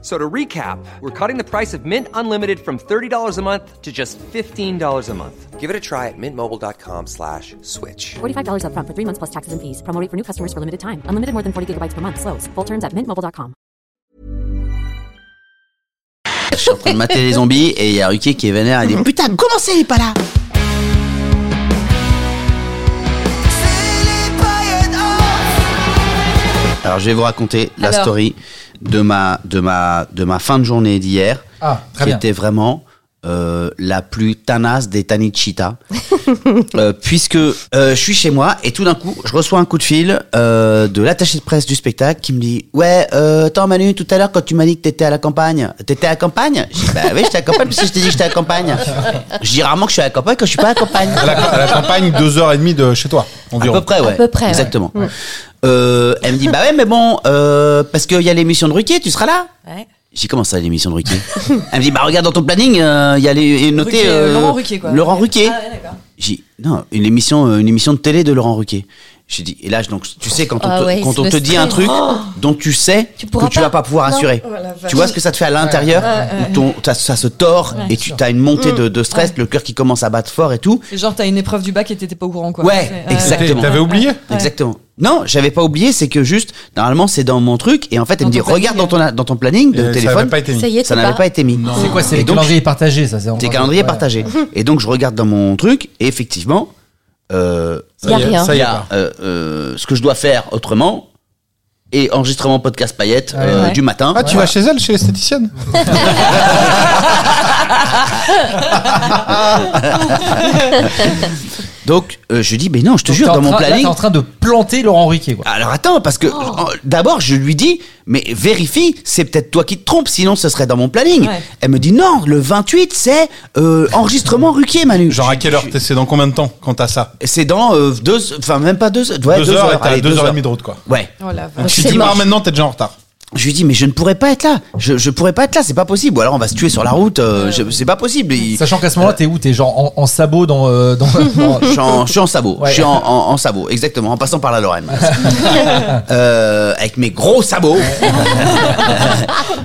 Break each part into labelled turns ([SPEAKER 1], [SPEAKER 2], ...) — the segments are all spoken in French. [SPEAKER 1] So to recap, we're cutting the price of Mint Unlimited from $30 a month to just $15 a month. Give it a try at mintmobile.com slash switch.
[SPEAKER 2] $45 upfront for three months plus taxes and fees. Promo rate for new customers for limited time. Unlimited more than 40 gigabytes per month. Slows. Full terms at mintmobile.com.
[SPEAKER 3] Je suis en train de mater les zombies et il y a Ruki qui est vénère et dit Putain, comment c'est, il est pas là Alors je vais vous raconter la
[SPEAKER 4] Alors.
[SPEAKER 3] story de ma, de ma, de ma fin de journée d'hier,
[SPEAKER 5] Ah, très
[SPEAKER 3] qui
[SPEAKER 5] bien.
[SPEAKER 3] était vraiment euh, la plus tanasse des tanichita. Euh, puisque euh, je suis chez moi et tout d'un coup, je reçois un coup de fil euh, de l'attaché de presse du spectacle qui me dit Ouais, euh, attends Manu, tout à l'heure quand tu m'as dit que t'étais à la campagne, t'étais à la campagne Je dis Bah oui, j'étais à la campagne, parce que je t'ai dit que j'étais à la campagne. Je dis rarement que je suis à la campagne quand je suis pas à la campagne.
[SPEAKER 5] À la, à la campagne, deux heures et demie de chez toi, environ.
[SPEAKER 3] À peu près, ouais.
[SPEAKER 4] peu près, ouais.
[SPEAKER 3] Exactement. Euh, elle me dit Bah ouais, mais bon, euh, parce qu'il y a l'émission de Ruquier, tu seras là
[SPEAKER 6] Ouais.
[SPEAKER 3] J'ai commencé à l'émission de Ruquier. Elle me dit Bah regarde dans ton planning, euh, il y a les, noté
[SPEAKER 6] Ruquier,
[SPEAKER 3] euh,
[SPEAKER 6] Laurent Ruquier, quoi.
[SPEAKER 3] Laurent Ruquier.
[SPEAKER 6] Ah ouais, d'accord.
[SPEAKER 3] J'ai dit, non, une émission, euh, une émission de télé de Laurent Ruquier. J'ai dit, et là, je- donc, tu sais, quand on
[SPEAKER 4] Ah
[SPEAKER 3] te,
[SPEAKER 4] ouais,
[SPEAKER 3] quand
[SPEAKER 4] le
[SPEAKER 3] on te dit un
[SPEAKER 4] stress.
[SPEAKER 3] truc dont tu sais
[SPEAKER 4] Tu
[SPEAKER 3] que
[SPEAKER 4] pourras
[SPEAKER 3] tu vas pas
[SPEAKER 4] pas.
[SPEAKER 3] pouvoir
[SPEAKER 4] Non.
[SPEAKER 3] assurer.
[SPEAKER 6] Oh la vache.
[SPEAKER 3] tu vois ce que ça te fait à l'intérieur, où ton- ça, ça se tord et tu as une montée de, de stress, le cœur qui commence à battre fort et tout.
[SPEAKER 6] Et genre, t'as une épreuve du bac et t'étais pas au courant, quoi.
[SPEAKER 3] Ouais,
[SPEAKER 6] C'est-
[SPEAKER 3] exact.
[SPEAKER 5] T'es- T'avais oublié
[SPEAKER 3] Exactement. Non, j'avais pas oublié, c'est que juste, normalement, c'est dans mon truc, et en fait, elle
[SPEAKER 6] Dans
[SPEAKER 3] me dit,
[SPEAKER 6] ton planning.
[SPEAKER 3] regarde dans ton, dans ton planning de
[SPEAKER 5] Euh, Ça
[SPEAKER 3] téléphone,
[SPEAKER 5] n'avait pas été
[SPEAKER 4] Ça
[SPEAKER 5] mis.
[SPEAKER 4] y est,
[SPEAKER 3] ça
[SPEAKER 4] t'es
[SPEAKER 3] n'avait
[SPEAKER 4] pas-
[SPEAKER 3] pas été mis.
[SPEAKER 7] C'est quoi C'est
[SPEAKER 3] Et
[SPEAKER 7] les
[SPEAKER 3] donc,
[SPEAKER 7] calendriers partagés, ça c'est
[SPEAKER 3] Tes
[SPEAKER 7] encore-
[SPEAKER 3] calendriers
[SPEAKER 7] ouais.
[SPEAKER 3] partagés. Et donc, je regarde dans mon truc, et effectivement, euh,
[SPEAKER 4] Y a rien.
[SPEAKER 5] Ça
[SPEAKER 3] il
[SPEAKER 5] y
[SPEAKER 3] y
[SPEAKER 5] est.
[SPEAKER 3] a
[SPEAKER 5] pas.
[SPEAKER 3] euh, euh, ce que je dois faire autrement et enregistrement podcast paillette euh,
[SPEAKER 6] Ouais.
[SPEAKER 3] du matin.
[SPEAKER 5] Ah, tu vas chez elle, chez l'esthéticienne
[SPEAKER 3] Donc euh, je dis mais non, je te
[SPEAKER 7] Donc,
[SPEAKER 3] jure
[SPEAKER 7] t'es en
[SPEAKER 3] dans mon
[SPEAKER 7] train- là,
[SPEAKER 3] planning.
[SPEAKER 7] T'es en train de planter Laurent Ruquier, quoi.
[SPEAKER 3] Alors attends parce que
[SPEAKER 6] Oh.
[SPEAKER 3] euh, d'abord je lui dis mais vérifie, c'est peut-être toi qui te trompes sinon ce serait dans mon planning.
[SPEAKER 6] Ouais.
[SPEAKER 3] Elle me dit non, le 28 c'est euh, enregistrement Ruquier Manu.
[SPEAKER 5] Genre, à
[SPEAKER 3] Je-
[SPEAKER 5] quelle heure
[SPEAKER 3] je-
[SPEAKER 5] t'es- C'est dans combien de temps quand t'as ça
[SPEAKER 3] C'est dans euh, deux enfin même pas deux, ouais,
[SPEAKER 5] Deux heures et t'as
[SPEAKER 3] allez,
[SPEAKER 5] deux heures et demie de route, quoi.
[SPEAKER 3] Ouais.
[SPEAKER 6] Oh la
[SPEAKER 5] Donc,
[SPEAKER 6] vache.
[SPEAKER 5] tu
[SPEAKER 4] C'est
[SPEAKER 5] dis,
[SPEAKER 4] moche.
[SPEAKER 5] bah, maintenant, t'es déjà en retard.
[SPEAKER 3] Je lui dis mais je ne pourrais pas être là. Je je pourrais pas être là, c'est pas possible. Ou alors on va se tuer sur la route, euh, je- c'est pas possible. Il-
[SPEAKER 7] Sachant qu'à ce moment-là, t'es où T'es genre en, en sabot dans. euh, dans- dans-
[SPEAKER 3] je suis en, je suis en sabot.
[SPEAKER 7] Ouais.
[SPEAKER 3] Je suis en, en- en sabot, exactement, en passant par la Lorraine. Euh, avec mes gros sabots.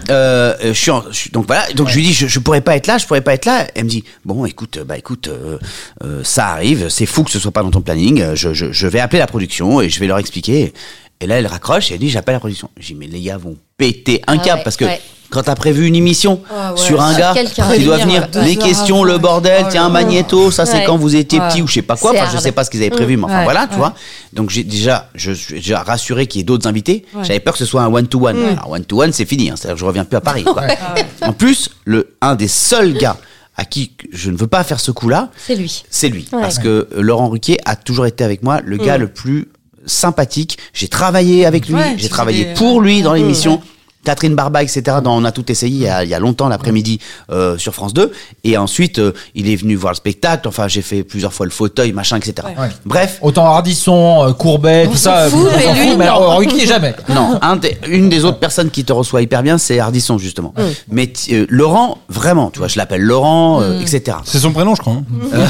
[SPEAKER 3] Euh, je suis en- je suis- donc voilà. Donc je lui dis, je, je pourrais pas être là, je pourrais pas être là. Elle me dit, bon, écoute, bah écoute, euh, euh, ça arrive. C'est fou que ce soit pas dans ton planning. Euh, Je, je- je vais appeler la production et je vais leur expliquer. Et là, elle raccroche et elle dit, j'appelle la production. J'ai dit, mais les gars vont péter un
[SPEAKER 4] Ah
[SPEAKER 3] câble
[SPEAKER 4] ouais,
[SPEAKER 3] parce que.
[SPEAKER 4] ouais.
[SPEAKER 3] Quand t'as prévu une émission
[SPEAKER 6] Ah ouais.
[SPEAKER 3] sur un
[SPEAKER 4] Sur
[SPEAKER 3] gars
[SPEAKER 4] quelqu'un.
[SPEAKER 3] qui doit
[SPEAKER 4] Prévenir,
[SPEAKER 3] venir,
[SPEAKER 6] ouais.
[SPEAKER 3] les
[SPEAKER 6] Deux heures
[SPEAKER 3] questions,
[SPEAKER 6] avant.
[SPEAKER 3] le bordel,
[SPEAKER 6] Oh
[SPEAKER 3] tiens,
[SPEAKER 6] là.
[SPEAKER 3] magnéto, ça c'est
[SPEAKER 4] Ouais.
[SPEAKER 3] quand vous étiez
[SPEAKER 6] Ouais. Mm.
[SPEAKER 3] petit ou je sais pas quoi.
[SPEAKER 4] C'est
[SPEAKER 3] Enfin, je
[SPEAKER 4] hard.
[SPEAKER 3] sais pas ce qu'ils avaient prévu, mais enfin
[SPEAKER 6] Ouais,
[SPEAKER 3] voilà, tu
[SPEAKER 6] ouais.
[SPEAKER 3] vois. Donc j'ai déjà, je suis déjà rassuré qu'il y ait d'autres invités. J'avais peur que ce soit un one to one.
[SPEAKER 6] Mm.
[SPEAKER 3] Alors one to one, c'est fini. hein. C'est-à-dire que je reviens plus à Paris. quoi.
[SPEAKER 6] Ah
[SPEAKER 3] En plus, le un des seuls gars à qui je ne veux pas faire ce coup-là,
[SPEAKER 4] C'est lui.
[SPEAKER 3] c'est lui.
[SPEAKER 4] Ouais.
[SPEAKER 3] Parce que euh, Laurent Ruquier a toujours été avec moi le gars le plus sympathique. J'ai travaillé avec lui,
[SPEAKER 6] Mm. Ouais, tu
[SPEAKER 3] j'ai
[SPEAKER 6] fais
[SPEAKER 3] travaillé
[SPEAKER 6] des-
[SPEAKER 3] pour lui dans l'émission. Catherine Barba, etc. Dans on a tout essayé il y a, il y a longtemps l'après-midi euh, sur France 2. Et ensuite, euh, il est venu voir le spectacle. Enfin, j'ai fait plusieurs fois le fauteuil, machin, etc.
[SPEAKER 7] Ouais.
[SPEAKER 3] Bref,
[SPEAKER 7] Autant Ardisson, euh, Courbet, tout ça.
[SPEAKER 4] fout,
[SPEAKER 7] on
[SPEAKER 4] mais
[SPEAKER 7] s'en
[SPEAKER 4] lui,
[SPEAKER 7] fout, mais
[SPEAKER 4] non.
[SPEAKER 7] alors, Ruquier, jamais.
[SPEAKER 3] non, un des- une des autres personnes qui te reçoit hyper bien, c'est Ardisson justement.
[SPEAKER 7] Mm.
[SPEAKER 3] Mais t- euh, Laurent, vraiment, tu vois, je l'appelle Laurent, euh,
[SPEAKER 7] Mm.
[SPEAKER 3] etc.
[SPEAKER 5] C'est son prénom, je crois. hein.
[SPEAKER 3] Mm.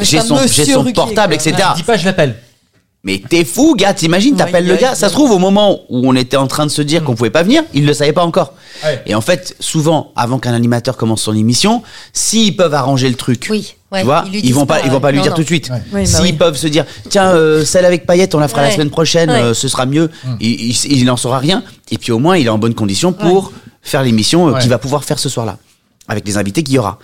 [SPEAKER 3] J'ai
[SPEAKER 6] un
[SPEAKER 3] son, j'ai
[SPEAKER 6] monsieur
[SPEAKER 3] son
[SPEAKER 6] Ruquier,
[SPEAKER 3] portable,
[SPEAKER 6] quoi.
[SPEAKER 3] etc.
[SPEAKER 7] Dis pas, je l'appelle.
[SPEAKER 3] Mais t'es fou, gars, t'imagines, t'appelles
[SPEAKER 6] Ouais,
[SPEAKER 3] le
[SPEAKER 6] ouais, Mm.
[SPEAKER 3] gars. Ça se trouve, au moment où on était en train de se dire qu'on pouvait pas venir, il le savait pas encore.
[SPEAKER 7] Ouais.
[SPEAKER 3] Et en fait, souvent, avant qu'un animateur commence son émission, s'ils peuvent arranger le truc,
[SPEAKER 4] Oui, ouais,
[SPEAKER 3] tu vois,
[SPEAKER 4] ils lui
[SPEAKER 3] ils,
[SPEAKER 4] disent
[SPEAKER 3] vont pas,
[SPEAKER 4] pas,
[SPEAKER 3] ils vont pas lui
[SPEAKER 4] non,
[SPEAKER 3] dire
[SPEAKER 4] non.
[SPEAKER 3] tout de suite.
[SPEAKER 6] Oui, bah
[SPEAKER 3] S'ils
[SPEAKER 6] oui.
[SPEAKER 3] peuvent se dire, tiens, euh, celle avec paillettes, on la fera la
[SPEAKER 4] Ouais.
[SPEAKER 3] semaine prochaine,
[SPEAKER 4] Ouais.
[SPEAKER 3] euh, ce sera mieux.
[SPEAKER 6] Mm.
[SPEAKER 3] Il, il, il en saura rien. Et puis au moins, il est en bonne condition pour faire l'émission euh,
[SPEAKER 7] Ouais.
[SPEAKER 3] qu'il va pouvoir faire ce soir-là, avec les invités qu'il y aura.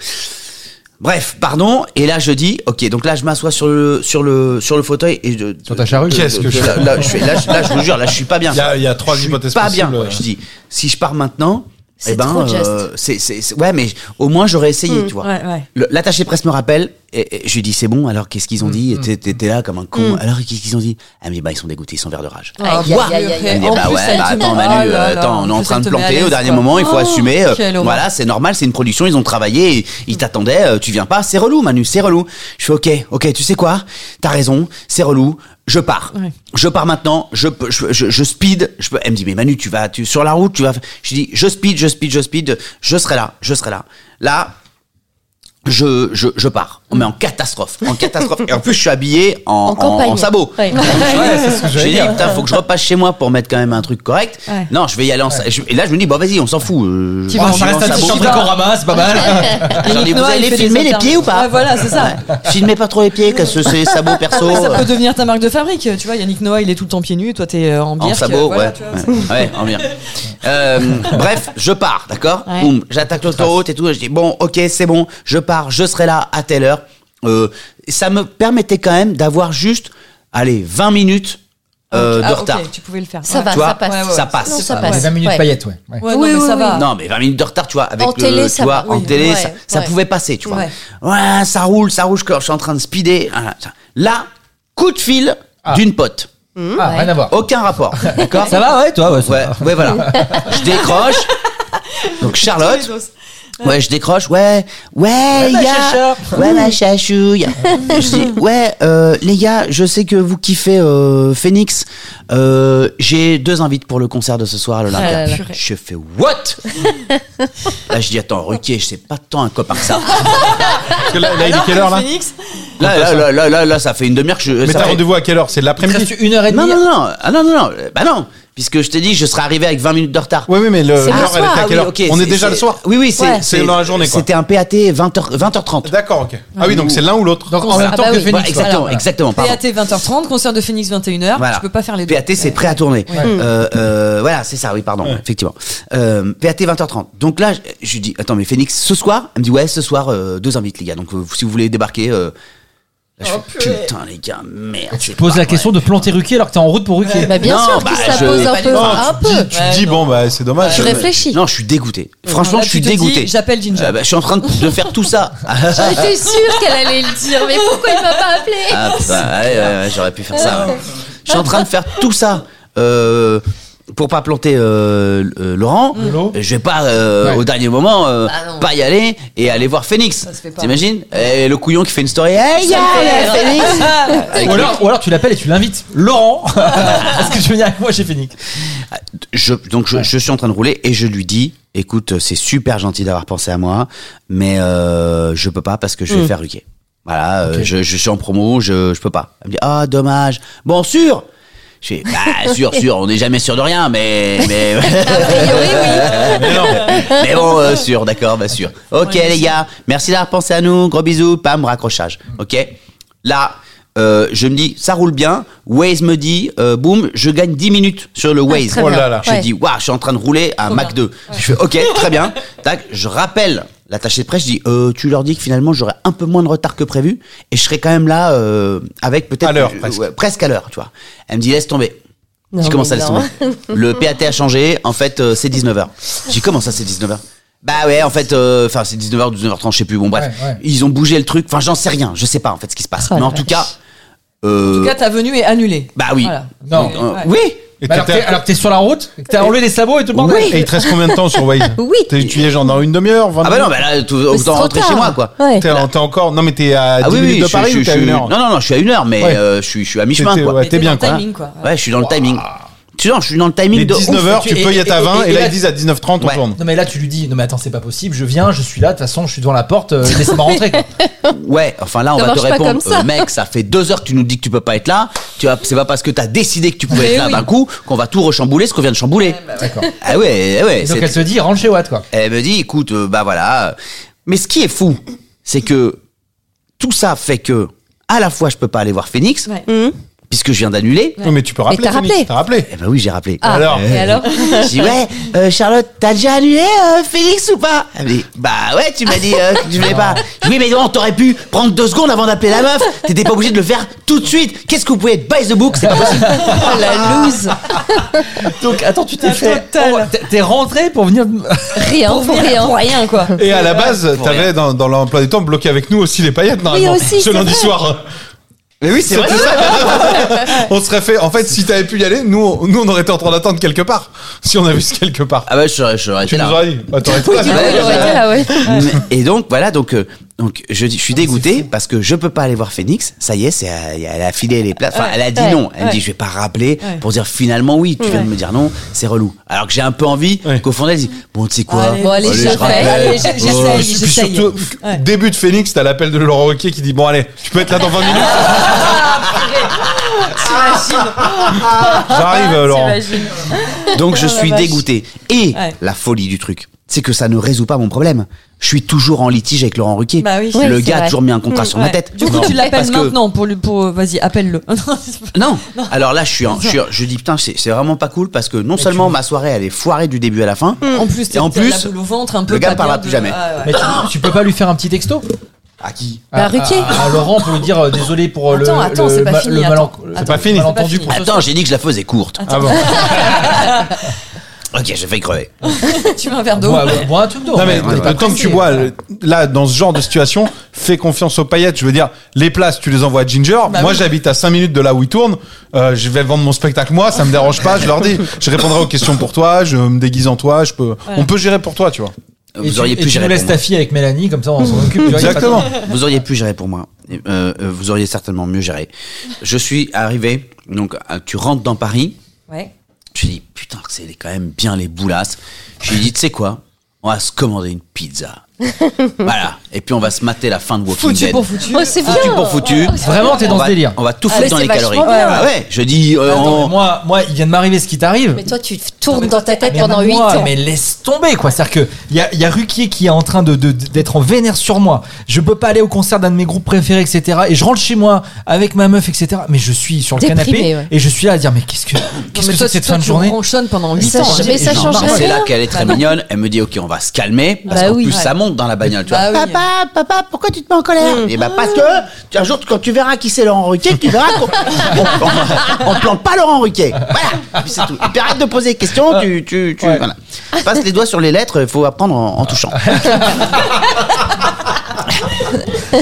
[SPEAKER 3] Bref, pardon. Et là, je dis, ok, donc là, je m'assois sur le, sur le, sur le fauteuil et je,
[SPEAKER 7] Sur ta charrue.
[SPEAKER 5] Qu'est-ce que je
[SPEAKER 3] là, là, je suis- là, je- là, je vous jure, là, je suis pas bien.
[SPEAKER 5] Il y a- il y a trois
[SPEAKER 3] Je suis
[SPEAKER 5] hypothèses
[SPEAKER 3] Pas
[SPEAKER 5] possibles.
[SPEAKER 3] bien. quoi. Je dis, si je pars maintenant,
[SPEAKER 4] C'est
[SPEAKER 3] eh ben,
[SPEAKER 4] trop juste. Mmh,
[SPEAKER 3] euh, c'est, c'est- c'est- ouais, mais au moins j'aurais essayé, tu vois.
[SPEAKER 6] Ouais, ouais.
[SPEAKER 3] Le- L'attaché de presse me rappelle et, et je lui dis, c'est bon. Alors qu'est-ce
[SPEAKER 4] Mmh,
[SPEAKER 3] qu'ils ont dit T'es- T'es t'es là comme un con. Alors qu'est-ce qu'ils ont dit Ah mais bah ils sont dégoûtés, ils sont verts de rage.
[SPEAKER 4] Ah,
[SPEAKER 3] Ouah.
[SPEAKER 4] aïe, aïe, aïe,
[SPEAKER 3] Elle
[SPEAKER 4] aïe.
[SPEAKER 3] me dit,
[SPEAKER 6] En
[SPEAKER 3] bah
[SPEAKER 6] plus,
[SPEAKER 3] ouais,
[SPEAKER 6] elle
[SPEAKER 3] bah
[SPEAKER 6] te met-
[SPEAKER 3] attends, Manu,
[SPEAKER 6] Oh là
[SPEAKER 3] euh,
[SPEAKER 6] là,
[SPEAKER 3] attends, on est
[SPEAKER 6] en
[SPEAKER 3] en
[SPEAKER 6] plus,
[SPEAKER 3] train
[SPEAKER 6] elle
[SPEAKER 3] de
[SPEAKER 6] te met à
[SPEAKER 3] planter au
[SPEAKER 6] l'aise,
[SPEAKER 3] dernier
[SPEAKER 6] quoi.
[SPEAKER 3] moment, il faut
[SPEAKER 6] Oh,
[SPEAKER 3] assumer. euh,
[SPEAKER 6] quelle horreur. Mm.
[SPEAKER 3] voilà, c'est normal, c'est une production, ils ont travaillé, et ils t'attendaient, euh, tu viens pas, c'est relou, Manu, c'est relou. Je fais ok, ok, tu sais quoi T'as raison, c'est relou. je pars.
[SPEAKER 6] Ouais.
[SPEAKER 3] Je pars maintenant, je, peux- je, je, je speed. Je peux, elle me dit, mais Manu, tu vas tu, sur la route, tu vas. Je dis, je speed, je speed, je speed, je serai là, je serai là. Là, je, je, je pars.
[SPEAKER 6] Mm.
[SPEAKER 3] Mais en catastrophe, en catastrophe. Et en plus, je suis habillé en,
[SPEAKER 4] En campagne.
[SPEAKER 3] sabot.
[SPEAKER 4] Ouais.
[SPEAKER 3] J'ai dit, putain, faut que je repasse chez moi pour mettre quand même un truc correct.
[SPEAKER 6] Ouais.
[SPEAKER 3] Non, je vais y aller en. sa- je- Et là, je me dis, bon, vas-y, on s'en fout. euh, je
[SPEAKER 7] Tu vas,
[SPEAKER 3] vais
[SPEAKER 7] on reste
[SPEAKER 3] en
[SPEAKER 7] un petit
[SPEAKER 3] sabot.
[SPEAKER 7] short qu'on ramasse, pas mal.
[SPEAKER 3] J'en ai-
[SPEAKER 6] Nick
[SPEAKER 3] Vous
[SPEAKER 6] Noah, il
[SPEAKER 3] allez
[SPEAKER 6] fait des
[SPEAKER 3] filmer les
[SPEAKER 6] interviews.
[SPEAKER 3] pieds ou pas
[SPEAKER 6] Ouais, voilà, c'est ça.
[SPEAKER 3] Filmez pas trop les pieds, que ce, ces sabots perso.
[SPEAKER 6] Ça
[SPEAKER 3] euh,
[SPEAKER 6] peut devenir ta marque de fabrique. Tu vois, Yannick Noah, il est tout le temps pieds nus. Toi, t'es euh, en bière.
[SPEAKER 3] En sabot, ouais. ouais, ouais, en bien. Euh, bref, je pars, d'accord
[SPEAKER 6] Ouais.
[SPEAKER 3] Boum, j'attaque l'autoroute et tout. Je dis, bon, ok, c'est bon, je pars, je serai là à telle heure. Euh, ça me permettait quand même d'avoir juste, allez, 20 minutes euh, de retard.
[SPEAKER 6] Ah, tu pouvais le faire.
[SPEAKER 4] Ça
[SPEAKER 6] Ouais.
[SPEAKER 4] va,
[SPEAKER 3] Tu vois,
[SPEAKER 4] ça passe.
[SPEAKER 6] Ouais, ouais,
[SPEAKER 3] ça
[SPEAKER 6] ouais.
[SPEAKER 3] passe.
[SPEAKER 4] Non, ça
[SPEAKER 6] Ouais.
[SPEAKER 4] passe.
[SPEAKER 7] Les 20 minutes
[SPEAKER 4] Ouais.
[SPEAKER 7] payettes, ouais. ouais.
[SPEAKER 6] Ouais, non,
[SPEAKER 4] Oui,
[SPEAKER 6] mais
[SPEAKER 4] oui,
[SPEAKER 6] ça
[SPEAKER 4] oui.
[SPEAKER 6] va.
[SPEAKER 3] Non, mais 20 minutes de retard, tu vois, avec
[SPEAKER 4] Ah. En
[SPEAKER 3] le,
[SPEAKER 4] télé,
[SPEAKER 3] tu
[SPEAKER 4] ça
[SPEAKER 3] vois,
[SPEAKER 4] va,
[SPEAKER 3] en
[SPEAKER 4] oui.
[SPEAKER 3] télé,
[SPEAKER 4] Ouais,
[SPEAKER 3] ça, ça
[SPEAKER 4] ouais.
[SPEAKER 3] pouvait passer, tu vois.
[SPEAKER 6] Ouais.
[SPEAKER 3] Ouais, ça roule, ça roule, je suis en train de speeder. hein, Là, coup de fil d'une pote.
[SPEAKER 4] Mmh,
[SPEAKER 7] Ah, rien à voir.
[SPEAKER 3] Aucun rapport, d'accord
[SPEAKER 7] Ça va, ouais, toi, ouais. ça
[SPEAKER 3] Oh. Ouais, ouais,
[SPEAKER 7] va.
[SPEAKER 3] voilà. je décroche. Donc Charlotte. Ouais, je décroche. Ouais, ouais, les gars. Ouais, ma chachouille. Je dis, ouais, euh, les gars, je sais que vous kiffez euh, Phoenix. Euh, J'ai deux invites pour le concert de ce soir à
[SPEAKER 6] Ah
[SPEAKER 3] l'Olympia.
[SPEAKER 6] là là.
[SPEAKER 3] je fais what Là, je dis attends, Ruquier, je sais pas tant un copain que ça.
[SPEAKER 6] Ah.
[SPEAKER 5] Parce que là, là, il est quelle heure là
[SPEAKER 6] Phoenix,
[SPEAKER 3] Là, là, là, là, là, là, ça fait une demi-heure que je.
[SPEAKER 5] Mais
[SPEAKER 3] ça
[SPEAKER 5] t'as
[SPEAKER 3] fait-
[SPEAKER 5] rendez-vous à quelle heure C'est de
[SPEAKER 7] Il te reste
[SPEAKER 5] l'après-midi
[SPEAKER 7] une heure et
[SPEAKER 3] Non,
[SPEAKER 7] demie.
[SPEAKER 3] non, non, ah, non, non, non, bah non, puisque je t'ai dit, je serais arrivé avec 20 minutes de retard.
[SPEAKER 5] Oui, oui, mais le-
[SPEAKER 4] C'est le
[SPEAKER 5] l'heure, elle
[SPEAKER 4] soir,
[SPEAKER 5] est à
[SPEAKER 4] ah
[SPEAKER 5] quelle
[SPEAKER 3] oui,
[SPEAKER 5] heure
[SPEAKER 3] ok,
[SPEAKER 5] On est
[SPEAKER 3] c'est-
[SPEAKER 5] déjà le soir
[SPEAKER 3] Oui, oui, c'est
[SPEAKER 4] Ouais.
[SPEAKER 5] C'est dans la journée, quoi.
[SPEAKER 3] C'était un PAT 20h, 20h30.
[SPEAKER 5] D'accord, ok. Ah oui, donc c'est l'un ou l'autre.
[SPEAKER 7] Donc en même
[SPEAKER 4] Ah
[SPEAKER 7] temps
[SPEAKER 4] bah
[SPEAKER 7] que
[SPEAKER 4] oui.
[SPEAKER 7] Phoenix.
[SPEAKER 3] Voilà, exactement,
[SPEAKER 7] voilà.
[SPEAKER 3] exactement. pardon.
[SPEAKER 6] PAT 20h30, concert de Phoenix 21h.
[SPEAKER 3] Voilà.
[SPEAKER 6] Tu peux pas faire les deux.
[SPEAKER 3] PAT, c'est prêt à tourner.
[SPEAKER 4] Hmm.
[SPEAKER 3] Euh, euh, voilà, c'est ça, oui, pardon, effectivement. Euh, PAT 20h30. Donc là, je, je lui dis, attends, mais Phoenix, ce soir Elle me dit, ouais, ce soir, euh, deux invites, les gars. Donc euh, si vous voulez débarquer. euh, là, je fais, putain, les gars, merde.
[SPEAKER 7] Tu te poses la question de planter Ruquier alors que t'es en route pour Ruquier.
[SPEAKER 4] Bah, bien
[SPEAKER 3] Non,
[SPEAKER 4] sûr
[SPEAKER 3] Ah, bah,
[SPEAKER 4] qu'il ça
[SPEAKER 3] je-
[SPEAKER 4] pose
[SPEAKER 3] pas
[SPEAKER 4] un
[SPEAKER 3] du
[SPEAKER 4] peu.
[SPEAKER 3] tout.
[SPEAKER 4] Un peu.
[SPEAKER 5] oh, Tu te dis, bon, bah c'est dommage.
[SPEAKER 4] Tu réfléchis.
[SPEAKER 3] Non, je suis dégoûté. Franchement,
[SPEAKER 6] Là,
[SPEAKER 3] je suis
[SPEAKER 6] tu te dis,
[SPEAKER 3] dégoûté.
[SPEAKER 6] j'appelle Ginger.
[SPEAKER 3] Ah, bah, je suis en train de faire tout ça.
[SPEAKER 4] J'étais sûre qu'elle allait le dire, mais pourquoi il m'a pas appelé Ah,
[SPEAKER 3] Ah bah ouais, ouais, ouais, j'aurais pu faire ça. ouais. Je suis en train de faire tout ça euh, pour pas planter euh, euh, Laurent.
[SPEAKER 7] Lolo.
[SPEAKER 3] Je vais pas euh,
[SPEAKER 7] Ouais.
[SPEAKER 3] au dernier moment euh,
[SPEAKER 4] Bah non.
[SPEAKER 3] pas y aller et aller voir Phoenix.
[SPEAKER 6] se fait pas.
[SPEAKER 3] T'imagines Et le couillon qui fait une story. Hey yeah,
[SPEAKER 4] fait
[SPEAKER 3] Phoenix.
[SPEAKER 7] Ou
[SPEAKER 3] bah,
[SPEAKER 7] alors, ou alors tu l'appelles et tu l'invites. Laurent, est-ce que tu veux venir avec moi chez Phoenix
[SPEAKER 3] Je, donc je, je suis en train de rouler et je lui dis, écoute, c'est super gentil d'avoir pensé à moi, mais euh, je peux pas parce que je vais faire Ruquier. Voilà, euh, je, je suis en promo, je, je peux pas. Elle me dit, ah dommage. Bon sûr. Je fais, bah sûr, sûr, on n'est jamais sûr de rien, mais mais,
[SPEAKER 5] Mais non.
[SPEAKER 3] mais bon euh, sûr, d'accord, bah sûr. Ok les gars, merci d'avoir pensé à nous, gros bisous, pam raccrochage. Ok. Là. euh, je me dis, ça roule bien. Waze me dit, euh, boum, je gagne 10 minutes sur le Waze.
[SPEAKER 4] Ah, très
[SPEAKER 5] Oh là
[SPEAKER 4] bien.
[SPEAKER 5] là.
[SPEAKER 3] Je
[SPEAKER 4] Ouais.
[SPEAKER 3] dis, waouh, je suis en train de rouler à Mac 2. Je fais, ok, très bien. Tac, je rappelle l'attaché de presse, je dis, euh, tu leur dis que finalement j'aurai un peu moins de retard que prévu et je serai quand même là euh, avec peut-être.
[SPEAKER 5] À l'heure,
[SPEAKER 3] euh,
[SPEAKER 5] presque.
[SPEAKER 3] ouais, presque à l'heure, tu vois. Elle me dit, laisse tomber.
[SPEAKER 4] Non,
[SPEAKER 3] je commence
[SPEAKER 4] mais
[SPEAKER 3] à laisser
[SPEAKER 4] non.
[SPEAKER 3] tomber. Le PAT a changé, en fait, euh, c'est 19h. J'ai dit, comment ça, c'est 19h bah ouais en fait euh, enfin c'est 19h 19h30 je sais plus bon bref
[SPEAKER 7] Ouais, ouais.
[SPEAKER 3] ils ont bougé le truc enfin j'en sais rien je sais pas en fait ce qui se passe
[SPEAKER 4] Oh
[SPEAKER 3] mais
[SPEAKER 4] la
[SPEAKER 3] en tout
[SPEAKER 4] vache.
[SPEAKER 3] cas euh,
[SPEAKER 6] En tout cas, ta venue est annulée.
[SPEAKER 3] bah oui
[SPEAKER 6] Voilà.
[SPEAKER 7] Non.
[SPEAKER 3] Euh,
[SPEAKER 6] Ouais.
[SPEAKER 3] oui
[SPEAKER 5] Et
[SPEAKER 7] Bah alors, que
[SPEAKER 5] t'étais
[SPEAKER 7] t'es-
[SPEAKER 5] à-
[SPEAKER 7] alors que t'es sur la route, que t'as enlevé les sabots et tout le bordel.
[SPEAKER 5] Et il te reste combien de temps sur Waze
[SPEAKER 4] Oui.
[SPEAKER 5] T'es- Tu y es genre dans une demi-heure vingt
[SPEAKER 3] ah bah non
[SPEAKER 5] minutes
[SPEAKER 3] bah là tout,
[SPEAKER 4] Mais c'est
[SPEAKER 3] autant
[SPEAKER 4] trop
[SPEAKER 3] rentrer chez
[SPEAKER 4] tard.
[SPEAKER 3] moi quoi Ah
[SPEAKER 4] Ouais.
[SPEAKER 5] T'es en- t'es encore. Non, mais t'es à 10 minutes de
[SPEAKER 3] je-
[SPEAKER 5] Paris
[SPEAKER 3] je-
[SPEAKER 5] ou t'es à
[SPEAKER 3] je-
[SPEAKER 5] une heure
[SPEAKER 3] Non, non, non, je suis à une heure, mais
[SPEAKER 5] Ouais.
[SPEAKER 3] euh, je, suis, je suis à mi-chemin,
[SPEAKER 5] T'étais-
[SPEAKER 3] quoi.
[SPEAKER 5] ouais, t'es bien,
[SPEAKER 6] dans le
[SPEAKER 5] quoi.
[SPEAKER 6] timing, quoi. Ouais.
[SPEAKER 3] Ouais, je suis dans le timing. Tu vois, je suis dans le timing
[SPEAKER 5] Les
[SPEAKER 3] de ouf.
[SPEAKER 5] 19h,
[SPEAKER 7] ouf.
[SPEAKER 5] tu peux y être à
[SPEAKER 7] Et- et-
[SPEAKER 5] 20
[SPEAKER 7] et-
[SPEAKER 5] et là
[SPEAKER 7] et-
[SPEAKER 5] ils disent à 19h30 on
[SPEAKER 3] Ouais.
[SPEAKER 5] tourne.
[SPEAKER 7] Non mais là tu lui dis non mais attends c'est pas possible je viens je suis là de toute façon je suis devant la porte euh, laissez-moi rentrer quoi.
[SPEAKER 3] Ouais, enfin là, on
[SPEAKER 4] Ça
[SPEAKER 3] va te
[SPEAKER 4] marche pas
[SPEAKER 3] répondre,
[SPEAKER 4] comme ça.
[SPEAKER 3] euh, mec, ça fait deux heures que tu nous dis que tu peux pas être là. Tu vois, c'est pas parce que t'as décidé que tu pouvais être là
[SPEAKER 6] oui.
[SPEAKER 3] d'un coup qu'on va tout rechambouler ce qu'on vient de chambouler.
[SPEAKER 4] bah
[SPEAKER 7] D'accord.
[SPEAKER 3] Ah ouais, ah ouais.
[SPEAKER 7] Et donc
[SPEAKER 3] c'est-
[SPEAKER 7] elle se dit rentre chez Watt quoi.
[SPEAKER 3] Elle me dit, écoute, euh, bah voilà. Mais ce qui est fou, c'est que tout ça fait que à la fois je peux pas aller voir Phoenix,
[SPEAKER 6] Ouais.
[SPEAKER 3] puisque je viens d'annuler.
[SPEAKER 5] Oui, mais tu peux rappeler.
[SPEAKER 4] t'as
[SPEAKER 5] Phoenix,
[SPEAKER 4] rappelé.
[SPEAKER 5] T'as rappelé.
[SPEAKER 3] Eh ben oui, j'ai rappelé.
[SPEAKER 4] Ah,
[SPEAKER 5] Alors
[SPEAKER 4] et alors
[SPEAKER 3] Je dis Euh, ouais, euh, Charlotte, t'as déjà annulé euh, Félix ou pas Elle me dit bah ouais, tu m'as dit euh, que tu voulais pas. Je dis, oui mais non, t'aurais pu prendre deux secondes avant d'appeler la meuf. T'étais pas obligé de le faire tout de suite. Qu'est-ce que vous pouvez être by the book C'est pas possible.
[SPEAKER 6] Oh, la loose.
[SPEAKER 7] Donc attends tu t'es
[SPEAKER 6] La
[SPEAKER 7] fait
[SPEAKER 6] totale.
[SPEAKER 7] t'es- t'es rentré pour venir
[SPEAKER 4] Rien, pour rien.
[SPEAKER 6] Pour rien, quoi.
[SPEAKER 5] Et à la base, t'avais dans, dans l'emploi du temps bloqué avec nous aussi les paillettes normalement.
[SPEAKER 4] aussi,
[SPEAKER 5] ce
[SPEAKER 4] c'est
[SPEAKER 5] lundi
[SPEAKER 4] vrai.
[SPEAKER 5] soir.
[SPEAKER 3] Mais oui, c'est vrai.
[SPEAKER 5] On serait fait. En fait, si t'avais pu y aller, nous, on- nous on aurait été en train d'attendre quelque part. Si on avait su quelque part.
[SPEAKER 3] Ah bah je serais, je serais
[SPEAKER 5] Tu
[SPEAKER 3] été
[SPEAKER 5] nous
[SPEAKER 3] là.
[SPEAKER 5] aurais dit. Bah, t'aurais été là.
[SPEAKER 4] Il aurait été là, ouais.
[SPEAKER 3] Mais- Et donc voilà, donc euh, on- Donc je, dis- je suis dégoûté parce que je peux pas aller voir Phoenix. Ça y est, c'est à- elle a filé les plats. Enfin,
[SPEAKER 6] Ouais,
[SPEAKER 3] elle a dit
[SPEAKER 6] ouais,
[SPEAKER 3] non. Elle me dit
[SPEAKER 6] ouais.
[SPEAKER 3] je vais pas rappeler
[SPEAKER 6] Ouais.
[SPEAKER 3] pour dire finalement oui. Tu viens de me dire non, c'est relou. Alors que j'ai un peu envie
[SPEAKER 5] Ouais.
[SPEAKER 3] qu'au fond elle dise bon tu sais quoi,
[SPEAKER 6] Allez, bon, allez,
[SPEAKER 4] je fais,
[SPEAKER 7] Ah
[SPEAKER 5] Euh,
[SPEAKER 4] allez,
[SPEAKER 6] je-
[SPEAKER 3] Ouais.
[SPEAKER 6] j'essaye.
[SPEAKER 5] Puis puis
[SPEAKER 6] j'essaye.
[SPEAKER 5] surtout,
[SPEAKER 6] Ouais.
[SPEAKER 5] début de Phoenix, t'as l'appel de Laurent Roquet qui dit Bon, allez, tu peux être là dans 20 minutes.
[SPEAKER 7] Ah,
[SPEAKER 5] J'arrive, euh, Laurent.
[SPEAKER 4] T'imagines.
[SPEAKER 3] Donc je suis
[SPEAKER 6] Oh vache.
[SPEAKER 3] dégoûté. Et
[SPEAKER 6] Ouais.
[SPEAKER 3] la folie du truc, c'est que ça ne résout pas mon problème. Je suis toujours en litige avec Laurent Ruquier.
[SPEAKER 6] Bah oui. Mmh,
[SPEAKER 4] Oui,
[SPEAKER 3] le
[SPEAKER 4] c'est
[SPEAKER 3] gars a
[SPEAKER 4] vrai.
[SPEAKER 3] toujours mis un contrat sur ma
[SPEAKER 6] Ouais.
[SPEAKER 3] tête.
[SPEAKER 6] Du coup,
[SPEAKER 3] Non.
[SPEAKER 6] tu l'appelles
[SPEAKER 3] Parce que-
[SPEAKER 6] maintenant pour lui. Pour... Vas-y, appelle-le.
[SPEAKER 3] Non. Alors là, je suis, en- je suis, en- je dis putain, c'est c'est vraiment pas cool parce que non seulement ma soirée elle est foirée du début à la fin.
[SPEAKER 6] Mmh. En plus,
[SPEAKER 3] Et
[SPEAKER 6] t'as
[SPEAKER 3] en
[SPEAKER 6] t'as
[SPEAKER 3] plus,
[SPEAKER 6] la boule au ventre, un peu.
[SPEAKER 3] le gars
[SPEAKER 6] t'as
[SPEAKER 3] parlera
[SPEAKER 6] peur
[SPEAKER 3] plus
[SPEAKER 6] de-
[SPEAKER 3] jamais.
[SPEAKER 6] Ah, ouais.
[SPEAKER 7] Mais tu, tu peux pas lui faire un petit texto
[SPEAKER 3] À qui
[SPEAKER 4] Bah, Ruquier.
[SPEAKER 7] à, à Laurent pour lui dire euh, désolé pour euh, le-
[SPEAKER 6] Attends, attends,
[SPEAKER 7] le,
[SPEAKER 6] c'est pas
[SPEAKER 7] ma-
[SPEAKER 6] fini,
[SPEAKER 7] le malen-
[SPEAKER 6] attends.
[SPEAKER 7] le
[SPEAKER 6] C'est
[SPEAKER 5] pas fini.
[SPEAKER 7] malentendu
[SPEAKER 6] C'est
[SPEAKER 7] pour
[SPEAKER 6] pas
[SPEAKER 3] Attends, j'ai dit que je la faisais courte.
[SPEAKER 5] Ah bon
[SPEAKER 7] Ah
[SPEAKER 3] Ok, j'ai failli crever.
[SPEAKER 6] Tu veux un verre d'eau
[SPEAKER 7] bois, bois- bois un truc d'eau.
[SPEAKER 5] Non, mais
[SPEAKER 7] On est
[SPEAKER 5] le
[SPEAKER 7] pas
[SPEAKER 5] temps que
[SPEAKER 7] pressé.
[SPEAKER 5] tu bois, le- là, dans ce genre de situation, fais confiance aux paillettes. Je veux dire, les places, tu les envoies à Ginger.
[SPEAKER 6] Bah
[SPEAKER 5] moi,
[SPEAKER 6] oui.
[SPEAKER 5] j'habite à 5 minutes de là où il tourne. Euh, je vais vendre mon spectacle, moi, ça me dérange pas. Je leur dis, je répondrai aux questions pour toi, je me déguise en toi, je peux, on peut gérer pour toi, tu vois.
[SPEAKER 7] Et
[SPEAKER 3] Vous
[SPEAKER 7] tu-
[SPEAKER 3] auriez
[SPEAKER 7] et
[SPEAKER 3] pu
[SPEAKER 7] tu nous
[SPEAKER 3] gérer.
[SPEAKER 7] laisses
[SPEAKER 3] pour moi.
[SPEAKER 7] ta fille avec Mélanie, comme ça on s'en occupe. tu vois, y a pas de-
[SPEAKER 5] Exactement.
[SPEAKER 3] Vous auriez pu gérer pour moi. Euh, euh, vous auriez certainement mieux géré. Je suis arrivé. Donc, euh, tu rentres dans Paris.
[SPEAKER 6] Ouais.
[SPEAKER 3] Je lui ai dit, putain, c'est quand même bien les boulasses. Je lui ai dit, tu sais quoi On va se commander une pizza. voilà. Et puis on va se mater la fin de Walking
[SPEAKER 6] Foutu
[SPEAKER 3] Dead.
[SPEAKER 6] pour foutu.
[SPEAKER 4] Oh, c'est bien.
[SPEAKER 3] Foutu pour foutu.
[SPEAKER 7] Vraiment, t'es dans
[SPEAKER 3] on
[SPEAKER 7] ce
[SPEAKER 3] va,
[SPEAKER 7] délire.
[SPEAKER 3] On va tout
[SPEAKER 4] Ah,
[SPEAKER 3] foutre
[SPEAKER 4] mais
[SPEAKER 3] dans
[SPEAKER 4] c'est
[SPEAKER 3] les calories.
[SPEAKER 4] vachement bien.
[SPEAKER 3] Ah ouais, je dis, euh,
[SPEAKER 7] Attends,
[SPEAKER 3] on-
[SPEAKER 7] mais moi, moi, il vient de m'arriver ce qui t'arrive.
[SPEAKER 4] Mais toi, tu tournes dans ta tête
[SPEAKER 7] Mais
[SPEAKER 4] pendant 8
[SPEAKER 7] moi,
[SPEAKER 4] ans.
[SPEAKER 7] Mais laisse tomber, quoi. C'est-à-dire que il y a, y a Ruquier qui est en train de de- d'être en vénère sur moi. Je peux pas aller au concert d'un de mes groupes préférés, etc. Et je rentre chez moi avec ma meuf, etc. Mais je suis sur le
[SPEAKER 4] Déprimé,
[SPEAKER 7] canapé
[SPEAKER 4] ouais.
[SPEAKER 7] et je suis là à dire mais qu'est-ce que qu'est-ce
[SPEAKER 6] mais
[SPEAKER 7] que
[SPEAKER 6] toi,
[SPEAKER 7] c'est cette
[SPEAKER 6] toi,
[SPEAKER 7] fin de
[SPEAKER 6] tu
[SPEAKER 7] journée
[SPEAKER 6] ronchonnes pendant 8
[SPEAKER 4] ça,
[SPEAKER 6] ans.
[SPEAKER 4] mais ça
[SPEAKER 7] Non,
[SPEAKER 4] change
[SPEAKER 7] non,
[SPEAKER 3] C'est
[SPEAKER 4] rien. Ah
[SPEAKER 3] là qu'elle est très mignonne. Elle me dit, ok, on va se calmer. Parce
[SPEAKER 4] Bah
[SPEAKER 3] qu'en
[SPEAKER 4] oui.
[SPEAKER 3] plus,
[SPEAKER 4] Ouais.
[SPEAKER 3] ça monte dans la bagnole, tu vois.
[SPEAKER 6] Bah oui.
[SPEAKER 3] Papa, papa, pourquoi tu te mets en colère Et bah parce que tu- un jour, quand tu verras qui c'est Laurent Ruquier, tu verras qu'on on, on plante pas Laurent Ruquier. Voilà. Et puis c'est tout. Et puis arrête de poser des questions. Tu, tu, tu- voilà. Passe les doigts sur les lettres. Il faut apprendre en, en touchant. Euh,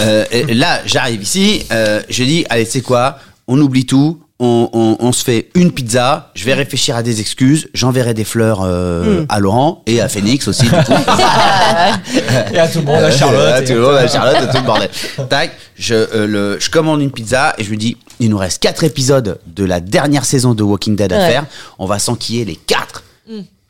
[SPEAKER 3] euh, et là, j'arrive ici. euh, je dis, allez, c'est quoi On oublie tout. On, on- on se fait une pizza. Je vais réfléchir à des excuses. J'enverrai des fleurs euh, à Laurent et à Phoenix aussi. Du coup.
[SPEAKER 7] Et à tout le monde, à
[SPEAKER 3] Euh,
[SPEAKER 7] Charlotte.
[SPEAKER 3] à
[SPEAKER 7] et-
[SPEAKER 3] tout le monde, à Charlotte, à tout le bordel. Tac, je, euh, le- je commande une pizza et je me dis, il nous reste quatre épisodes de la dernière saison de Walking Dead à
[SPEAKER 4] Ouais.
[SPEAKER 3] faire. On va s'enquiller les quatre.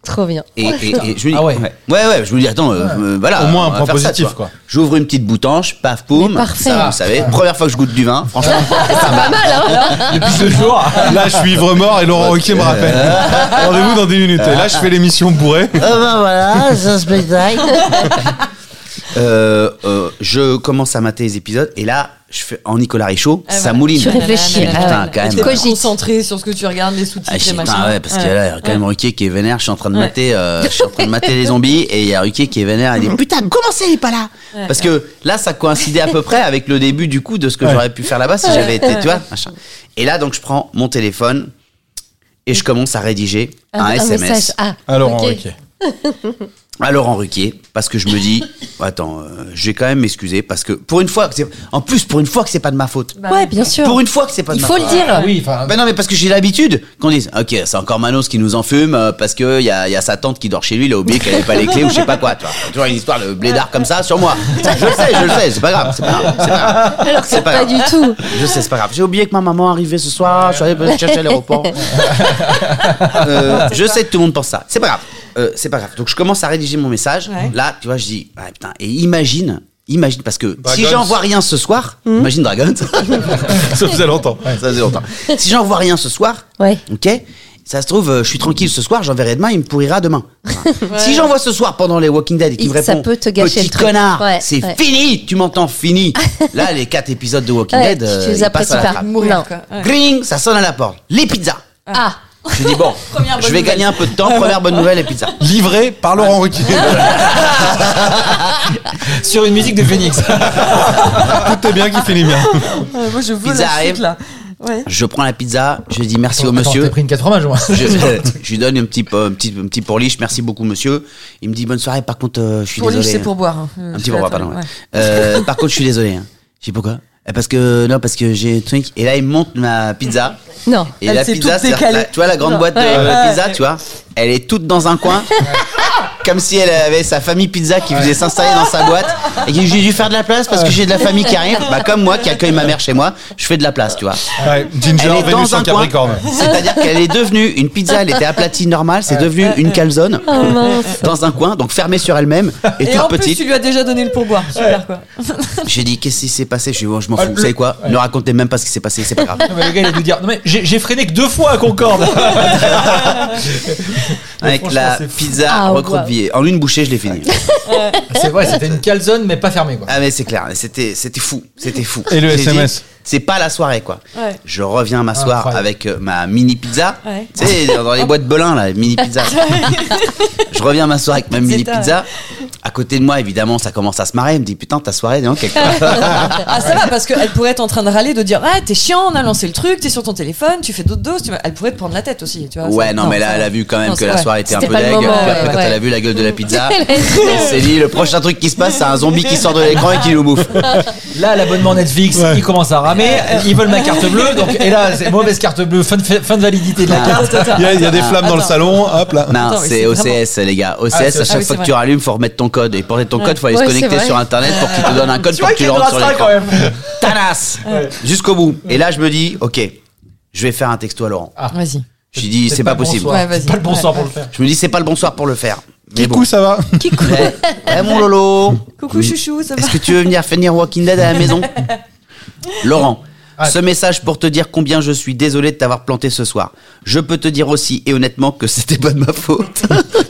[SPEAKER 4] Trop bien.
[SPEAKER 3] Et, et- et je me dis,
[SPEAKER 7] Ah ouais.
[SPEAKER 3] ouais, ouais, je me dis, attends, euh, euh, voilà.
[SPEAKER 5] Au moins un
[SPEAKER 3] on va
[SPEAKER 5] point
[SPEAKER 3] faire ça,
[SPEAKER 5] positif,
[SPEAKER 3] tu vois.
[SPEAKER 5] quoi.
[SPEAKER 3] J'ouvre une petite boutanche, paf, poum.
[SPEAKER 4] Mais parfait.
[SPEAKER 3] Ça, vous savez, première fois que je goûte du vin, franchement.
[SPEAKER 7] Depuis deux jours.
[SPEAKER 5] Là, je suis ivre mort et Laurent Roquet me rappelle. Rendez-vous dans 10 minutes. Et là, je fais l'émission bourrée.
[SPEAKER 3] Ah
[SPEAKER 4] ben
[SPEAKER 3] bah voilà, c'est un spectacle. Euh, euh, je commence à mater les épisodes et là, je fais en Nicolas Richaud,
[SPEAKER 6] Ah,
[SPEAKER 3] ça
[SPEAKER 6] voilà.
[SPEAKER 3] mouline.
[SPEAKER 4] Tu réfléchis.
[SPEAKER 3] Putain,
[SPEAKER 4] Ah ouais.
[SPEAKER 3] quand même.
[SPEAKER 6] Tu peux te
[SPEAKER 4] Cogite.
[SPEAKER 6] concentrer sur ce que tu regardes, les sous-titres,
[SPEAKER 3] Ah, je
[SPEAKER 6] les
[SPEAKER 3] sais
[SPEAKER 6] machins.
[SPEAKER 3] pas, ouais, parce que
[SPEAKER 6] Ouais.
[SPEAKER 3] là, il y a quand même Ruquier qui est vénère, je suis en train de
[SPEAKER 6] Ouais.
[SPEAKER 3] mater, euh, je suis en train de mater les zombies, et il y a Ruquier qui est vénère, il dit, putain, comment ça, il est pas là? parce que là, ça coïncidait à peu près avec le début, du coup, de ce que j'aurais pu faire là-bas si j'avais été, tu vois, machin. Et là, donc, je prends mon téléphone, et je commence à rédiger un, SMS
[SPEAKER 4] message. Ah,
[SPEAKER 5] À Laurent
[SPEAKER 4] ok.
[SPEAKER 5] Roquet.
[SPEAKER 3] à Laurent Ruquier parce que je me dis attends euh, je vais quand même m'excuser parce que pour une fois que c'est en plus pour une fois que c'est pas de ma faute
[SPEAKER 4] Bah Ouais, bien sûr.
[SPEAKER 3] pour une fois que c'est pas de
[SPEAKER 4] Il
[SPEAKER 3] ma
[SPEAKER 4] faut
[SPEAKER 3] faute
[SPEAKER 4] le
[SPEAKER 6] bah,
[SPEAKER 4] dire.
[SPEAKER 7] Oui, enfin.
[SPEAKER 3] ben non mais parce que j'ai l'habitude qu'on dise ok c'est encore Manos qui nous enfume euh, parce que il y a, il y a sa tante qui dort chez lui il a oublié qu'elle avait pas les clés ou je sais pas quoi tu vois toujours une histoire de blédard comme ça sur moi je le sais je le sais c'est pas grave c'est pas grave c'est pas grave
[SPEAKER 4] Alors que c'est pas
[SPEAKER 3] grave.
[SPEAKER 4] du tout.
[SPEAKER 3] je sais, c'est pas grave. J'ai oublié que ma maman arrivait ce soir. Je suis allé peut-être chercher à l'aéroport. Euh, je sais que tout le monde pense ça. C'est pas grave. Euh, c'est pas grave. Donc je commence à rédiger mon message.
[SPEAKER 6] Ouais.
[SPEAKER 3] Là, tu vois, je dis ah, putain. Et imagine, imagine parce que si
[SPEAKER 5] Dragons.
[SPEAKER 3] j'envoie rien ce soir,
[SPEAKER 4] Hmm.
[SPEAKER 3] imagine Dragon.
[SPEAKER 5] Ça faisait longtemps.
[SPEAKER 3] Ça faisait longtemps. Si j'en vois rien ce soir,
[SPEAKER 4] Ouais.
[SPEAKER 3] ok ça se trouve, euh, je suis tranquille ce soir, j'enverrai demain, il me pourrira demain. Voilà. Si j'envoie ce soir pendant les Walking Dead et qu'il me
[SPEAKER 4] Il- ça
[SPEAKER 3] répond,
[SPEAKER 4] peut te gâcher
[SPEAKER 3] petit
[SPEAKER 4] le truc.
[SPEAKER 3] connard,
[SPEAKER 4] Ouais,
[SPEAKER 3] c'est
[SPEAKER 4] ouais.
[SPEAKER 3] fini, tu m'entends, fini. Là, les quatre épisodes de Walking
[SPEAKER 4] Ouais,
[SPEAKER 3] Dead, euh,
[SPEAKER 4] tu
[SPEAKER 3] ils
[SPEAKER 4] les
[SPEAKER 3] passent
[SPEAKER 4] apprécies
[SPEAKER 3] à la
[SPEAKER 4] pas.
[SPEAKER 3] trappe.
[SPEAKER 6] Mourir,
[SPEAKER 4] Non.
[SPEAKER 6] quoi. Ouais.
[SPEAKER 3] Gring, ça sonne à la porte. Les pizzas.
[SPEAKER 4] Ah,
[SPEAKER 3] Je dis bon,
[SPEAKER 6] Première bonne
[SPEAKER 3] je vais
[SPEAKER 6] nouvelle.
[SPEAKER 3] gagner un peu de temps, première bonne nouvelle, les pizzas.
[SPEAKER 5] Livré par Laurent Ruquier.
[SPEAKER 7] Sur une musique de Phoenix.
[SPEAKER 5] Tout est bien qui finit bien.
[SPEAKER 6] Ouais, Moi, je veux
[SPEAKER 3] Pizza
[SPEAKER 6] la
[SPEAKER 3] arrive.
[SPEAKER 6] suite, là. Ouais.
[SPEAKER 3] Je prends la pizza, je dis merci au
[SPEAKER 7] Attends, T'as
[SPEAKER 3] monsieur.
[SPEAKER 7] pris une 80, je vois.
[SPEAKER 3] Je, je lui donne un petit, euh, un petit, un petit pourliche, merci beaucoup monsieur. Il me dit bonne soirée, par contre euh, je suis
[SPEAKER 6] Pour lui,
[SPEAKER 3] désolé.
[SPEAKER 6] c'est
[SPEAKER 3] hein.
[SPEAKER 6] pour boire. hein. Euh,
[SPEAKER 3] Un
[SPEAKER 6] je
[SPEAKER 3] petit
[SPEAKER 6] suis
[SPEAKER 3] peu,
[SPEAKER 6] là,
[SPEAKER 3] pardon.
[SPEAKER 6] ouais.
[SPEAKER 3] ouais. Euh, par contre, je suis désolé. Hein. Je dis pourquoi Euh, Parce que non, parce que j'ai truc et là il monte ma pizza.
[SPEAKER 4] Non.
[SPEAKER 3] Et
[SPEAKER 6] Elle
[SPEAKER 3] la
[SPEAKER 6] s'est
[SPEAKER 3] pizza,
[SPEAKER 6] toute
[SPEAKER 3] c'est-
[SPEAKER 6] décalée.
[SPEAKER 3] la- tu vois la grande
[SPEAKER 6] Non.
[SPEAKER 3] boîte de
[SPEAKER 6] Ouais.
[SPEAKER 3] euh,
[SPEAKER 6] Ouais.
[SPEAKER 3] pizza, tu vois, elle est toute dans un coin, comme si elle avait sa famille pizza qui faisait s'installer dans sa boîte et qui j'ai dû faire de la place parce que j'ai de la famille qui arrive, bah comme moi qui accueille ma mère chez moi, je fais de la place, tu vois.
[SPEAKER 5] Ouais,
[SPEAKER 3] Elle
[SPEAKER 5] Ginger,
[SPEAKER 3] est
[SPEAKER 5] Vénus
[SPEAKER 3] dans
[SPEAKER 5] en
[SPEAKER 3] un coin.
[SPEAKER 5] Capricorne.
[SPEAKER 3] C'est-à-dire qu'elle est devenue une pizza, elle était aplatie normale, c'est devenu une calzone dans un coin, donc fermée sur elle-même et,
[SPEAKER 6] Et
[SPEAKER 3] toute
[SPEAKER 6] en plus,
[SPEAKER 3] petite.
[SPEAKER 6] tu lui as déjà donné le pourboire. Super quoi.
[SPEAKER 3] J'ai dit qu'est-ce qui s'est passé Je lui ai dit, oh, je m'en fous.
[SPEAKER 7] le-
[SPEAKER 3] Vous savez quoi Ne racontez même pas ce qui s'est passé, c'est pas grave.
[SPEAKER 7] Non, mais le gars, il a dû dire Non, mais j'ai j'ai freiné que deux fois à Concorde.
[SPEAKER 3] Avec
[SPEAKER 7] franchement,
[SPEAKER 3] la
[SPEAKER 7] c'est fou.
[SPEAKER 3] pizza
[SPEAKER 4] Ah, wow.
[SPEAKER 3] recroquevillée. En une bouchée, je l'ai fini.
[SPEAKER 7] c'est vrai, c'était une calzone, mais pas fermée, quoi.
[SPEAKER 3] Ah mais c'est clair, c'était c'était fou, c'était fou.
[SPEAKER 5] Et le
[SPEAKER 3] J'ai
[SPEAKER 5] SMS?
[SPEAKER 3] dit, C'est pas la soirée quoi.
[SPEAKER 6] Ouais.
[SPEAKER 3] Je reviens m'asseoir
[SPEAKER 7] Incroyable.
[SPEAKER 3] avec euh, ma mini pizza.
[SPEAKER 6] Ouais.
[SPEAKER 3] Tu sais dans dans les boîtes Belin là, les mini pizza. je reviens m'asseoir avec ma mini
[SPEAKER 6] ta-
[SPEAKER 3] pizza. À côté de moi évidemment ça commence à se marrer. Elle me dit putain ta soirée non quelque part.
[SPEAKER 6] Ah ça va parce qu'elle pourrait être en train de râler, de dire ah t'es chiant, on a lancé le truc, t'es sur ton téléphone, tu fais d'autres doses. Tu... vois. Elle pourrait te prendre la tête aussi, tu vois.
[SPEAKER 3] Ouais
[SPEAKER 6] ça-
[SPEAKER 3] non mais là
[SPEAKER 6] ça-
[SPEAKER 3] elle a vu quand même
[SPEAKER 6] Non,
[SPEAKER 3] que
[SPEAKER 6] c'est
[SPEAKER 3] la
[SPEAKER 6] vrai.
[SPEAKER 3] soirée était un peu
[SPEAKER 4] C'était pas le
[SPEAKER 3] deg. Puis
[SPEAKER 4] moment,
[SPEAKER 3] après
[SPEAKER 4] ouais,
[SPEAKER 3] quand elle a
[SPEAKER 4] ouais.
[SPEAKER 3] vu la gueule de la pizza.
[SPEAKER 4] Elle a été-
[SPEAKER 3] Elle s'est dit le prochain truc qui se passe c'est un zombie qui sort de l'écran et qui nous bouffe.
[SPEAKER 7] Là, l'abonnement Netflix, il commence à ramer. Ils veulent ma carte bleue. Donc, et là, c'est mauvaise carte bleue, fin de, fin de validité de la carte.
[SPEAKER 5] Il y a, il y a des flammes dans le
[SPEAKER 6] Attends.
[SPEAKER 5] salon, hop là.
[SPEAKER 3] Non,
[SPEAKER 6] Attends, mais
[SPEAKER 3] c'est
[SPEAKER 6] c'est
[SPEAKER 3] OCS, les gars. OCS,
[SPEAKER 7] Ah,
[SPEAKER 3] à
[SPEAKER 7] c'est-
[SPEAKER 3] chaque
[SPEAKER 6] ah oui,
[SPEAKER 3] fois
[SPEAKER 6] c'est
[SPEAKER 3] que tu
[SPEAKER 6] vrai.
[SPEAKER 3] rallumes, faut remettre ton code. Et pour remettre ton code, faut aller se
[SPEAKER 4] Ouais,
[SPEAKER 3] connecter
[SPEAKER 4] c'est vrai.
[SPEAKER 3] sur Internet pour qu'il te donne un code pour que tu le rentres sur l'écran. Tanas Jusqu'au bout. Et là, je me dis, OK, je vais faire un texto à Laurent.
[SPEAKER 6] Vas-y.
[SPEAKER 3] Je lui dis, c'est pas, possible.
[SPEAKER 6] Ouais, vas-y.
[SPEAKER 7] C'est pas le bon
[SPEAKER 6] Ouais.
[SPEAKER 7] sens pour le faire.
[SPEAKER 3] Je me dis, c'est pas le bon soir pour le faire. Mais
[SPEAKER 5] Kikou,
[SPEAKER 3] bon.
[SPEAKER 5] ça va
[SPEAKER 3] Ouais. Eh, mon Lolo
[SPEAKER 6] Coucou chouchou, ça va.
[SPEAKER 3] Est-ce que tu veux venir finir Walking Dead à la maison Laurent,
[SPEAKER 7] Ah.
[SPEAKER 3] ce message pour te dire combien je suis désolé de t'avoir planté ce soir. Je peux te dire aussi et honnêtement que c'était pas de ma faute.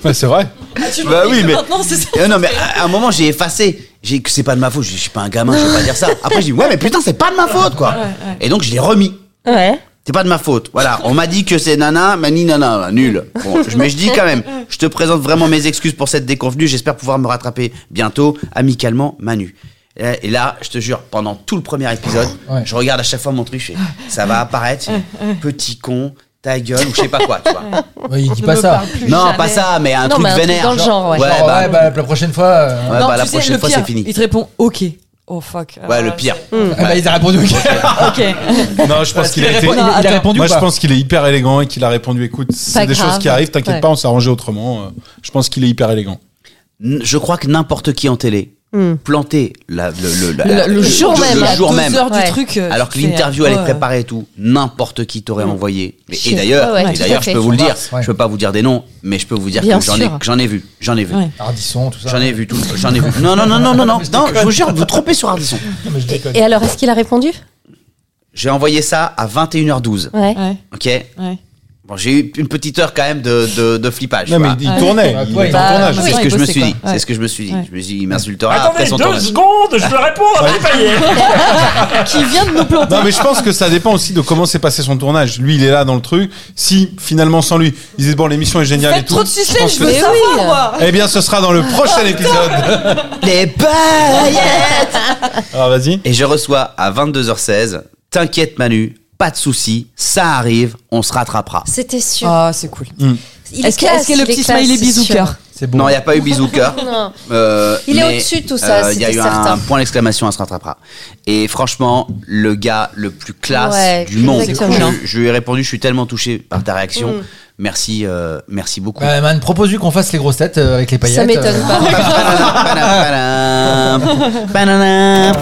[SPEAKER 5] Bah, C'est vrai.
[SPEAKER 6] Ah, Tu
[SPEAKER 3] Bah
[SPEAKER 6] me dis
[SPEAKER 3] oui,
[SPEAKER 6] que
[SPEAKER 3] mais-
[SPEAKER 6] Maintenant c'est ça.
[SPEAKER 3] Euh, non, mais à à un moment, j'ai effacé. J'ai dit que c'est pas de ma faute. Je dis, je suis pas un gamin, je vais pas dire ça. Après, j'ai dit, ouais, mais putain, c'est pas de ma faute, quoi. Et donc, je l'ai remis.
[SPEAKER 4] Ouais.
[SPEAKER 3] C'est pas de ma faute. Voilà, on m'a dit que c'est nana, mani nana, là, nul. Bon, je- mais je dis quand même, je te présente vraiment mes excuses pour cette déconvenue. J'espère pouvoir me rattraper bientôt, amicalement, Manu. Et et là, je te jure, pendant tout le premier épisode,
[SPEAKER 7] Ouais.
[SPEAKER 3] je regarde à chaque fois mon truc, je fais, ça va apparaître, petit con, ta gueule, ou je sais pas quoi, tu vois.
[SPEAKER 7] Oui, il dit
[SPEAKER 6] Ne
[SPEAKER 7] pas
[SPEAKER 6] me
[SPEAKER 7] ça.
[SPEAKER 6] parle plus
[SPEAKER 3] Non,
[SPEAKER 6] jamais.
[SPEAKER 3] pas ça, mais un
[SPEAKER 4] Non,
[SPEAKER 3] truc
[SPEAKER 4] mais un truc
[SPEAKER 3] vénère.
[SPEAKER 4] dans le genre, ouais.
[SPEAKER 7] Genre, ouais, bah, la prochaine fois. euh,
[SPEAKER 3] Ouais,
[SPEAKER 6] Non,
[SPEAKER 3] bah, la
[SPEAKER 6] tu sais,
[SPEAKER 3] prochaine
[SPEAKER 6] le
[SPEAKER 3] fois,
[SPEAKER 6] pire,
[SPEAKER 3] c'est fini.
[SPEAKER 6] Il te répond OK. Oh fuck.
[SPEAKER 3] Ouais, le pire.
[SPEAKER 7] ah bah, il a répondu. ok.
[SPEAKER 6] OK.
[SPEAKER 5] Non, je pense qu'il a été.
[SPEAKER 7] Il a- il a
[SPEAKER 6] attends.
[SPEAKER 7] répondu.
[SPEAKER 5] Moi,
[SPEAKER 7] ou
[SPEAKER 5] je
[SPEAKER 7] pas
[SPEAKER 5] pense qu'il est hyper élégant et qu'il a répondu écoute, c'est
[SPEAKER 4] Pas
[SPEAKER 5] des
[SPEAKER 4] grave.
[SPEAKER 5] choses qui arrivent, t'inquiète
[SPEAKER 4] Ouais.
[SPEAKER 5] pas, on s'est arrangé autrement. Euh, Je pense qu'il est hyper élégant.
[SPEAKER 3] N- je crois que n'importe qui en télé planter la- le, le- la-
[SPEAKER 4] Hmm. Le- le jour même.
[SPEAKER 3] le
[SPEAKER 4] À
[SPEAKER 3] jour
[SPEAKER 6] deux
[SPEAKER 3] même.
[SPEAKER 6] heures du
[SPEAKER 4] Ouais.
[SPEAKER 6] truc. euh,
[SPEAKER 3] alors que
[SPEAKER 6] tu fais,
[SPEAKER 3] l'interview
[SPEAKER 6] euh,
[SPEAKER 3] elle est
[SPEAKER 6] ouais.
[SPEAKER 3] préparée et tout n'importe qui t'aurait envoyé Mais-
[SPEAKER 4] Chier.
[SPEAKER 3] et d'ailleurs
[SPEAKER 4] Mmh. Ouais, ouais,
[SPEAKER 3] et
[SPEAKER 4] tout
[SPEAKER 3] d'ailleurs
[SPEAKER 4] à
[SPEAKER 3] je
[SPEAKER 4] fait. Mmh.
[SPEAKER 3] peux vous le dire
[SPEAKER 7] Ouais.
[SPEAKER 3] je peux pas vous dire des noms mais je peux vous dire
[SPEAKER 4] Bien
[SPEAKER 3] que j'en ai
[SPEAKER 4] sûr.
[SPEAKER 3] j'en ai vu j'en ai vu
[SPEAKER 6] Ouais.
[SPEAKER 7] Ardisson, tout ça.
[SPEAKER 3] J'en ai vu tout, j'en ai vu. Non, non, non, non, non, non, non, je vous jure, vous trompez sur Ardisson.
[SPEAKER 7] Non, mais je déconne.
[SPEAKER 4] Et alors, est-ce qu'il a répondu
[SPEAKER 3] J'ai envoyé ça à 21h12.
[SPEAKER 4] Ouais.
[SPEAKER 6] Ouais.
[SPEAKER 3] Ok
[SPEAKER 6] Ouais.
[SPEAKER 3] Bon, j'ai eu une petite heure quand même de, de, de flippage.
[SPEAKER 5] Non, mais
[SPEAKER 3] voilà.
[SPEAKER 5] il tournait.
[SPEAKER 7] Ouais.
[SPEAKER 5] Il était
[SPEAKER 7] Bah,
[SPEAKER 5] en tournage.
[SPEAKER 3] C'est
[SPEAKER 6] Ouais,
[SPEAKER 3] ce que
[SPEAKER 6] il
[SPEAKER 3] Ah, je me
[SPEAKER 6] bossait,
[SPEAKER 3] suis
[SPEAKER 6] quoi.
[SPEAKER 3] dit. C'est
[SPEAKER 6] Ouais.
[SPEAKER 3] ce que je me suis dit. Je me suis dit, il m'insultera après
[SPEAKER 8] Attendez
[SPEAKER 3] son
[SPEAKER 8] deux
[SPEAKER 3] tournage.
[SPEAKER 8] secondes, je vais répondre à Paillet.
[SPEAKER 6] Qui vient de nous planter.
[SPEAKER 5] Non mais je pense que ça dépend aussi de comment s'est passé son tournage. Lui il est là dans le truc. Si finalement sans lui, il disait bon l'émission est géniale et
[SPEAKER 6] Faites
[SPEAKER 5] tout.
[SPEAKER 6] trop de
[SPEAKER 5] je pense
[SPEAKER 6] suspense, je
[SPEAKER 5] que-
[SPEAKER 6] veux
[SPEAKER 4] Mais
[SPEAKER 6] savoir
[SPEAKER 4] oui.
[SPEAKER 6] moi.
[SPEAKER 5] Eh bien ce sera dans le prochain épisode.
[SPEAKER 3] Les paillettes
[SPEAKER 5] Alors vas-y.
[SPEAKER 3] Et je reçois à 22h16, t'inquiète Manu, pas de souci, ça arrive, on se rattrapera.
[SPEAKER 4] C'était sûr.
[SPEAKER 6] Ah, c'est cool.
[SPEAKER 4] Il
[SPEAKER 6] Est-ce que-
[SPEAKER 4] classe,
[SPEAKER 6] est-ce que le
[SPEAKER 4] il est
[SPEAKER 6] petit
[SPEAKER 4] classe,
[SPEAKER 6] smiley
[SPEAKER 4] c'est
[SPEAKER 6] bisou
[SPEAKER 4] sûr.
[SPEAKER 6] cœur
[SPEAKER 7] C'est bon.
[SPEAKER 3] Non, il n'y a pas eu bisou cœur.
[SPEAKER 4] Non.
[SPEAKER 3] Euh,
[SPEAKER 4] Il est
[SPEAKER 3] mais,
[SPEAKER 4] au-dessus de tout ça,
[SPEAKER 3] euh, Il y a
[SPEAKER 4] c'était
[SPEAKER 3] eu
[SPEAKER 4] certain.
[SPEAKER 3] un point d'exclamation, on se rattrapera. Et franchement, le gars le plus classe
[SPEAKER 4] Ouais,
[SPEAKER 3] du monde.
[SPEAKER 4] exactement. Mm.
[SPEAKER 3] Je, je lui ai répondu, je suis tellement touché par ta réaction. Merci, euh, merci beaucoup.
[SPEAKER 7] Bah, man, propose-lui qu'on fasse les grosses têtes euh, avec les paillettes.
[SPEAKER 4] Ça m'étonne
[SPEAKER 7] euh,
[SPEAKER 4] pas.
[SPEAKER 3] Padam, padam, padam.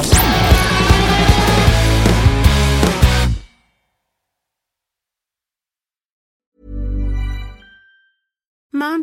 [SPEAKER 9] Mom